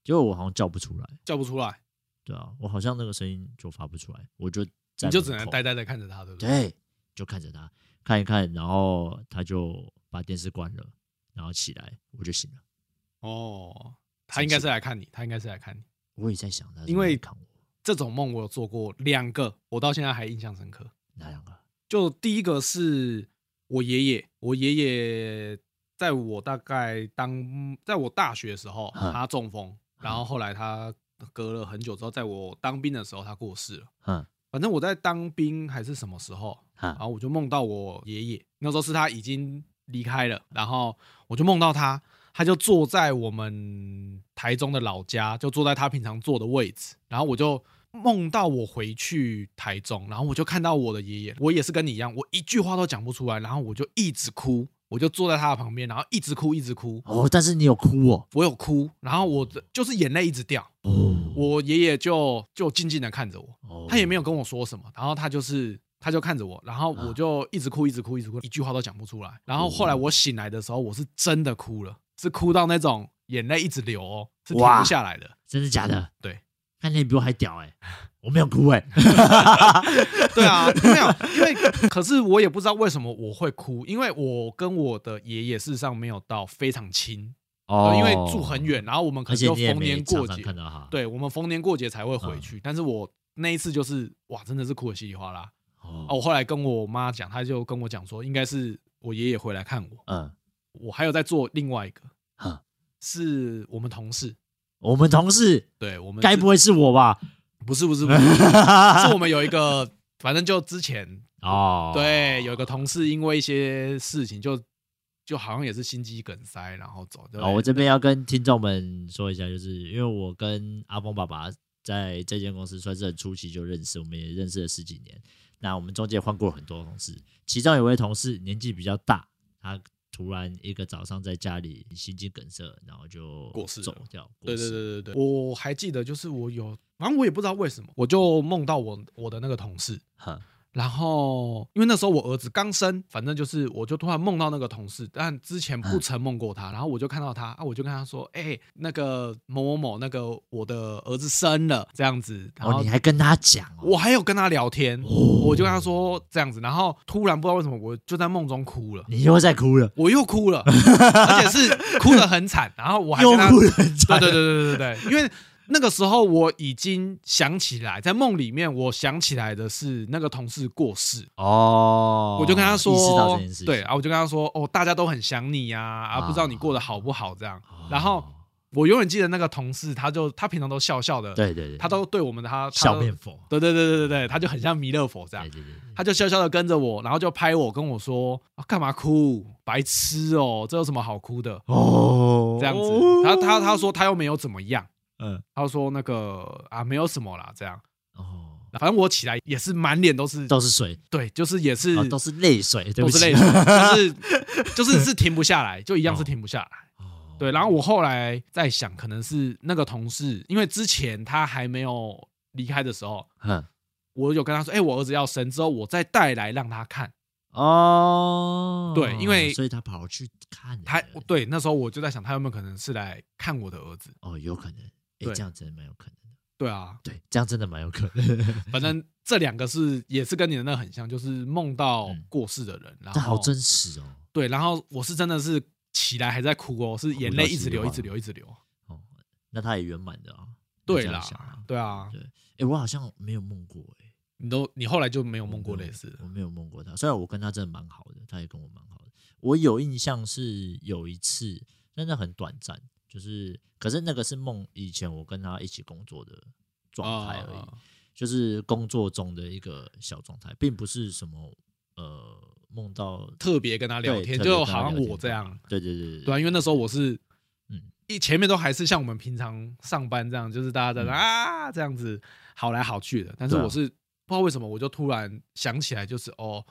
[SPEAKER 1] 结果我好像叫不出来，
[SPEAKER 2] 叫不出来，
[SPEAKER 1] 对啊，我好像那个声音就发不出来，我就在
[SPEAKER 2] 你就
[SPEAKER 1] 门
[SPEAKER 2] 只能
[SPEAKER 1] 口
[SPEAKER 2] 呆呆的看着他，对不对？
[SPEAKER 1] 对，就看着他看一看，然后他就把电视关了，然后起来我就醒了。
[SPEAKER 2] 哦，他应该是来看你，他应该是来看你。
[SPEAKER 1] 我也在想他是不是
[SPEAKER 2] 因为
[SPEAKER 1] 在看我
[SPEAKER 2] 这种梦我有做过两个，我到现在还印象深刻。
[SPEAKER 1] 哪两个？
[SPEAKER 2] 就第一个是我爷爷，我爷爷在我大概当在我大学的时候，
[SPEAKER 1] 嗯
[SPEAKER 2] 他中风，然后后来他隔了很久之后，在我当兵的时候他过世了。
[SPEAKER 1] 嗯
[SPEAKER 2] 反正我在当兵还是什么时候，然
[SPEAKER 1] 啊
[SPEAKER 2] 后我就梦到我爷爷，那时候是他已经离开了，然后我就梦到他，他就坐在我们台中的老家，就坐在他平常坐的位置，然后我就梦到我回去台中，然后我就看到我的爷爷，我也是跟你一样，我一句话都讲不出来，然后我就一直哭，我就坐在他的旁边，然后一直哭，一直哭，
[SPEAKER 1] 哦，但是你有哭哦
[SPEAKER 2] 我有哭，然后我的就是眼泪一直掉，
[SPEAKER 1] 哦，
[SPEAKER 2] 我爷爷就就静静的看着我，
[SPEAKER 1] 我
[SPEAKER 2] 他也没有跟我说什么，然后他就是他就看着我，然后我
[SPEAKER 1] 啊
[SPEAKER 2] 就一直哭，一直哭，一直哭，一句话都讲不出来。然后后
[SPEAKER 1] 哦
[SPEAKER 2] 来我醒来的时候，我是真的哭了，是哭到那种眼泪一直流哦，是停
[SPEAKER 1] 哇
[SPEAKER 2] 不下来的。
[SPEAKER 1] 真的假的？
[SPEAKER 2] 对，
[SPEAKER 1] 看你比我还屌哎、我没有哭 哎、
[SPEAKER 2] 对啊，没有，因为可是我也不知道为什么我会哭，因为我跟我的爷爷事实上没有到非常亲，
[SPEAKER 1] 哦
[SPEAKER 2] 因为住很，远，然后我们可
[SPEAKER 1] 而
[SPEAKER 2] 能
[SPEAKER 1] 且
[SPEAKER 2] 就
[SPEAKER 1] 你也
[SPEAKER 2] 逢
[SPEAKER 1] 没
[SPEAKER 2] 年
[SPEAKER 1] 常
[SPEAKER 2] 过
[SPEAKER 1] 常
[SPEAKER 2] 节，
[SPEAKER 1] 看到嗯他。，
[SPEAKER 2] 对我们逢年过节才会回去，但是我那一次就是哇，真的是哭的稀里哗啦。哦，
[SPEAKER 1] 哦，
[SPEAKER 2] 我后来跟我妈讲，她就跟我讲说，应该是我爷爷回来看我。
[SPEAKER 1] 嗯，
[SPEAKER 2] 我还有在做另外一个
[SPEAKER 1] 哼，
[SPEAKER 2] 是我们同事，
[SPEAKER 1] 我们同事
[SPEAKER 2] 对我们
[SPEAKER 1] 该
[SPEAKER 2] 是
[SPEAKER 1] 不会是我吧？
[SPEAKER 2] 不是不是不是，是我们有 一个，反正就之前
[SPEAKER 1] 哦，
[SPEAKER 2] 对有一个同事因为一些事情就就好像也是心肌梗塞，然后走。对
[SPEAKER 1] 哦，我这边要跟听众们说一下，就是因为我跟阿峰爸爸在这间公司算是很初期就认识，我们也认识了十几年。那我们中间也换过很多同事，其中有位同事年纪比较大，他突然一个早上在家里心肌梗塞，然后就
[SPEAKER 2] 过世了
[SPEAKER 1] 走掉。
[SPEAKER 2] 对
[SPEAKER 1] 过
[SPEAKER 2] 对
[SPEAKER 1] 世，
[SPEAKER 2] 对对对，我还记得，就是我有，反正我也不知道为什么，我就梦到我我的那个同事，
[SPEAKER 1] 哼，
[SPEAKER 2] 然后，因为那时候我儿子刚生，反正就是，我就突然梦到那个同事，但之前
[SPEAKER 1] 嗯
[SPEAKER 2] 不曾梦过他。然后我就看到他，啊，我就跟他说：“哎、那个某某某，那个我的儿子生了，这样子。”然
[SPEAKER 1] 哦，
[SPEAKER 2] 后
[SPEAKER 1] 你还哦跟他讲
[SPEAKER 2] 我
[SPEAKER 1] 哦，
[SPEAKER 2] 还有跟他聊天，我就跟他说这样子。然后突然不知道为什么，我就在梦中哭了，
[SPEAKER 1] 你又在哭了，
[SPEAKER 2] 我又哭了，而且是哭得很惨。然后我还
[SPEAKER 1] 又
[SPEAKER 2] 跟他
[SPEAKER 1] 哭了很惨。
[SPEAKER 2] 对对对对对对，因为那个时候我已经想起来，在梦里面我想起来的是那个同事过世。
[SPEAKER 1] 哦，
[SPEAKER 2] 我就跟他说，
[SPEAKER 1] 意识到这件事情，
[SPEAKER 2] 对啊，我就跟他说，哦，大家都很想你呀、啊，
[SPEAKER 1] 啊
[SPEAKER 2] 不知道你过得好不好这样。
[SPEAKER 1] 哦，
[SPEAKER 2] 然后我永远记得那个同事，他就他平常都笑笑的，
[SPEAKER 1] 对对对，
[SPEAKER 2] 他都对我们的他他
[SPEAKER 1] 笑
[SPEAKER 2] 都
[SPEAKER 1] 面佛，
[SPEAKER 2] 对对对对对对，他就很像弥勒佛这样
[SPEAKER 1] 对，对对，对
[SPEAKER 2] 他就笑笑的跟着我，然后就拍我跟我说，啊、干嘛哭，白痴哦，这有什么好哭的？
[SPEAKER 1] 哦，
[SPEAKER 2] 这样子，他他他说他又没有怎么样，
[SPEAKER 1] 嗯。
[SPEAKER 2] 他说那个啊没有什么啦，这样，
[SPEAKER 1] 哦，
[SPEAKER 2] 反正我起来也是满脸都是，
[SPEAKER 1] 都是水，
[SPEAKER 2] 对，就是也是
[SPEAKER 1] 哦、都是泪水，对
[SPEAKER 2] 都
[SPEAKER 1] 不
[SPEAKER 2] 是
[SPEAKER 1] 起
[SPEAKER 2] 类似，就是就是是停不下来，就一样是
[SPEAKER 1] 哦
[SPEAKER 2] 停不下来。
[SPEAKER 1] 哦
[SPEAKER 2] 对，然后我后来在想，可能是那个同事，因为之前他还没有离开的时候，
[SPEAKER 1] 哼
[SPEAKER 2] 我有跟他说，哎、我儿子要生，之后我再带来让他看。
[SPEAKER 1] 哦，
[SPEAKER 2] 对因为
[SPEAKER 1] 所以他跑去看了
[SPEAKER 2] 他对那时候我就在想，他有没有可能是来看我的儿子？
[SPEAKER 1] 哦，有可能，哎，
[SPEAKER 2] 对
[SPEAKER 1] 这样真的蛮有可能的，
[SPEAKER 2] 对啊，
[SPEAKER 1] 对，这样真的蛮有可 能的，
[SPEAKER 2] 反正这两个是也是跟你的那很像，就是梦到
[SPEAKER 1] 嗯
[SPEAKER 2] 过世的人，然
[SPEAKER 1] 这
[SPEAKER 2] 后
[SPEAKER 1] 好真实哦，
[SPEAKER 2] 对，然后我是真的是起来还在哭哦，是眼
[SPEAKER 1] 哭
[SPEAKER 2] 泪
[SPEAKER 1] 到
[SPEAKER 2] 一直
[SPEAKER 1] 稀里
[SPEAKER 2] 流，
[SPEAKER 1] 哗
[SPEAKER 2] 一
[SPEAKER 1] 啦
[SPEAKER 2] 直流，一直流。
[SPEAKER 1] 哦，那他也圆满的啊，那
[SPEAKER 2] 对
[SPEAKER 1] 这样
[SPEAKER 2] 啦
[SPEAKER 1] 想啊，
[SPEAKER 2] 对啊，
[SPEAKER 1] 对，哎，我好像没有梦过，哎，
[SPEAKER 2] 你都你后来就没有
[SPEAKER 1] 我
[SPEAKER 2] 梦
[SPEAKER 1] 没
[SPEAKER 2] 过
[SPEAKER 1] 有
[SPEAKER 2] 类似的
[SPEAKER 1] 嗯我没有梦过他。虽然我跟他真的蛮好的，他也跟我蛮好的。我有印象是有一次，真的很短暂，就是可是那个是梦，以前我跟他一起工作的嗯状态而已，
[SPEAKER 2] 啊啊
[SPEAKER 1] 就是工作中的一个小状态，并不是什么呃梦到
[SPEAKER 2] 特别跟他聊
[SPEAKER 1] 对
[SPEAKER 2] 天，
[SPEAKER 1] 特别
[SPEAKER 2] 就
[SPEAKER 1] 跟他
[SPEAKER 2] 好像
[SPEAKER 1] 聊天
[SPEAKER 2] 我这样，
[SPEAKER 1] 对对对对
[SPEAKER 2] 对啊，因为那时候我是，
[SPEAKER 1] 嗯
[SPEAKER 2] 嗯，一前面都还是像我们平常上班这样，就是大家在那啊这样子好来好去的。但
[SPEAKER 1] 嗯
[SPEAKER 2] 是
[SPEAKER 1] 对啊
[SPEAKER 2] 我是不知道为什么，我就突然想起来，就是哦，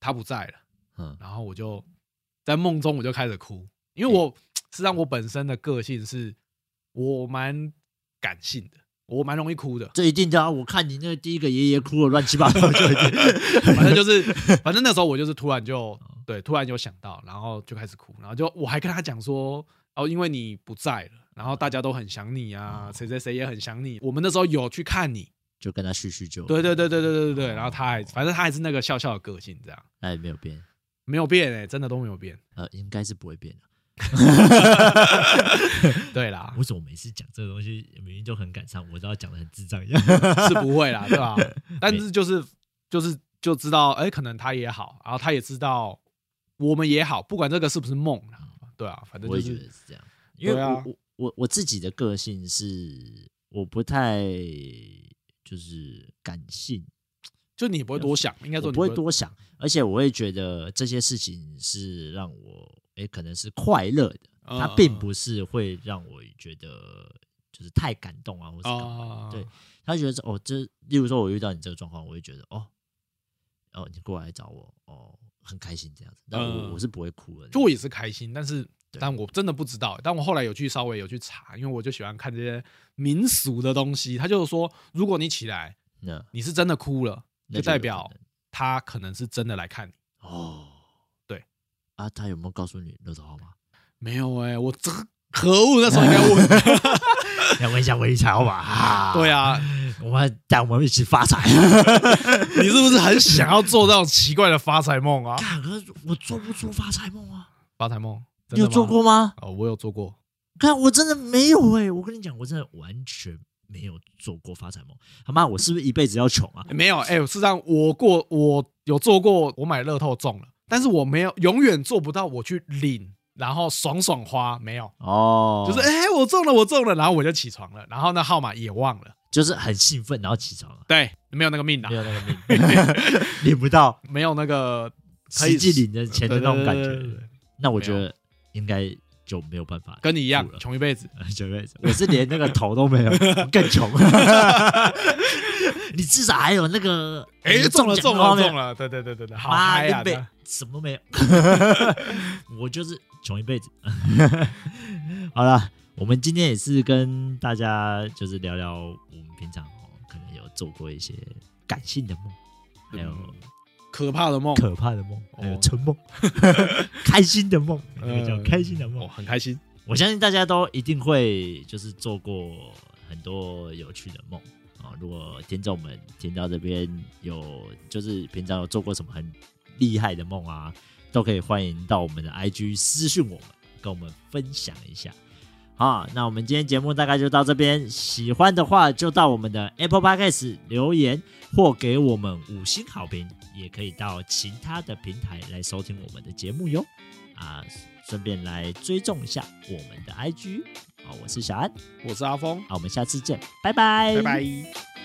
[SPEAKER 2] 他不在了，
[SPEAKER 1] 嗯
[SPEAKER 2] 然后我就在梦中我就开始哭，因为我实际上我本身的个性是我蛮感性的，我蛮容易哭的。
[SPEAKER 1] 这一定的啊！我看你那个第一个爷爷哭了乱七八糟，就已经
[SPEAKER 2] 反正就是，反正那时候我就是突然就对，突然有想到，然后就开始哭，然后就我还跟他讲说，哦，因为你不在了，然后大家都很想你啊，谁谁谁也很想你。我们那时候有去看你，
[SPEAKER 1] 就跟他叙叙旧。哦
[SPEAKER 2] 对对对对对对对对。然后他还，反正他还是那个笑笑的个性，这样
[SPEAKER 1] 那也没有变，
[SPEAKER 2] 没有变哎、真的都没有变。
[SPEAKER 1] 呃，应该是不会变的。
[SPEAKER 2] 对啦，
[SPEAKER 1] 为什么每次讲这个东西，明明就很感伤，我都要讲的很智障一样？
[SPEAKER 2] 是不会啦，对吧？但是就是就是就知道，哎、可能他也好，然后他也知道我们也好，不管这个是不是梦啦，对啊，反正
[SPEAKER 1] 我
[SPEAKER 2] 就
[SPEAKER 1] 也觉得
[SPEAKER 2] 是
[SPEAKER 1] 是这样，因为我、
[SPEAKER 2] 对啊
[SPEAKER 1] 我我我自己的个性是我不太就是感性，
[SPEAKER 2] 就你也不会多想，应该说
[SPEAKER 1] 我
[SPEAKER 2] 你
[SPEAKER 1] 不会多想，而且我会觉得这些事情是让我诶、可能是快乐的，
[SPEAKER 2] 嗯
[SPEAKER 1] 它并不是会让我觉得就是太感动啊，或是干嘛
[SPEAKER 2] 啊，
[SPEAKER 1] 对他觉得是哦，这例如说我遇到你这个状况，我会觉得哦哦，你过来找我哦，很开心这样子，但我、
[SPEAKER 2] 嗯
[SPEAKER 1] 我是不会哭的，
[SPEAKER 2] 就我也是开心，但是
[SPEAKER 1] 对
[SPEAKER 2] 但我真的不知道。但我后来有去稍微有去查，因为我就喜欢看这些民俗的东西。他就是说，如果你起来，
[SPEAKER 1] 那
[SPEAKER 2] 你是真的哭了，
[SPEAKER 1] 那
[SPEAKER 2] 就代
[SPEAKER 1] 有可
[SPEAKER 2] 表
[SPEAKER 1] 能
[SPEAKER 2] 他可能是真的来看你。
[SPEAKER 1] 哦，
[SPEAKER 2] 对
[SPEAKER 1] 啊，他有没有告诉你乐透号码？
[SPEAKER 2] 没有哎、我这个可恶，那时候应该问。
[SPEAKER 1] 要问一下，问一下好吧？ 啊
[SPEAKER 2] 对，啊，
[SPEAKER 1] 我们带我们一起发财。
[SPEAKER 2] 你是不是很想要做那种奇怪的发财梦啊？
[SPEAKER 1] 看，可是我做不出发财梦啊！
[SPEAKER 2] 发财梦，真
[SPEAKER 1] 你有
[SPEAKER 2] 的
[SPEAKER 1] 做
[SPEAKER 2] 吗？
[SPEAKER 1] 过吗？
[SPEAKER 2] 哦，我有做过。
[SPEAKER 1] 看，我真的没有哎、我跟你讲，我真的完全没有做过发财梦。他妈，我是不是一辈子要穷啊？
[SPEAKER 2] 没有，哎、事实上我过我有做过，我买乐透中了，但是我没有永远做不到我去领，然后爽爽花没有，
[SPEAKER 1] 哦
[SPEAKER 2] 就是哎、我中了我中了，然后我就起床了，然后那号码也忘了，
[SPEAKER 1] 就是很兴奋，然后起床了，
[SPEAKER 2] 对，没有那个命啦
[SPEAKER 1] 没，有那个命， 领不到
[SPEAKER 2] 没有那个可
[SPEAKER 1] 实
[SPEAKER 2] 以
[SPEAKER 1] 际领的钱的那种感
[SPEAKER 2] 对对对对
[SPEAKER 1] 觉
[SPEAKER 2] 对。
[SPEAKER 1] 那我觉得应该就没有办法，
[SPEAKER 2] 跟你一样
[SPEAKER 1] 吐了
[SPEAKER 2] 穷一辈子，
[SPEAKER 1] 九辈子，我是连那个头都没有，我更穷。 你至少还有那个，
[SPEAKER 2] 哎、中了
[SPEAKER 1] 奖
[SPEAKER 2] 中
[SPEAKER 1] 的画
[SPEAKER 2] 了
[SPEAKER 1] 面
[SPEAKER 2] 中了，对对对对对，好
[SPEAKER 1] 妈
[SPEAKER 2] 嗨
[SPEAKER 1] 一
[SPEAKER 2] 呀、
[SPEAKER 1] 辈
[SPEAKER 2] 啊！
[SPEAKER 1] 什么都没有， 我就是穷一辈子。 好了，我们今天也是跟大家就是聊聊我们平常哦，可能有做过一些感性的梦，还有
[SPEAKER 2] 嗯可怕的梦，
[SPEAKER 1] 可怕的梦，还有
[SPEAKER 2] 哦
[SPEAKER 1] 沉梦， 开心的梦，那个叫
[SPEAKER 2] 嗯
[SPEAKER 1] 开心的梦
[SPEAKER 2] 哦，。很开心，
[SPEAKER 1] 我相信大家都一定会就是做过很多有趣的梦啊、如果听众们听到这边有就是平常有做过什么很厉害的梦啊，都可以欢迎到我们的 IG 私讯我们，跟我们分享一下。好，那我们今天节目大概就到这边。喜欢的话，就到我们的 Apple Podcast 留言或给我们五星好评，也可以到其他的平台来收听我们的节目哟。啊，顺便来追踪一下我们的 IG。好，我是小安，
[SPEAKER 2] 我是阿峰，
[SPEAKER 1] 好，我们下次见，拜拜，
[SPEAKER 2] 拜拜。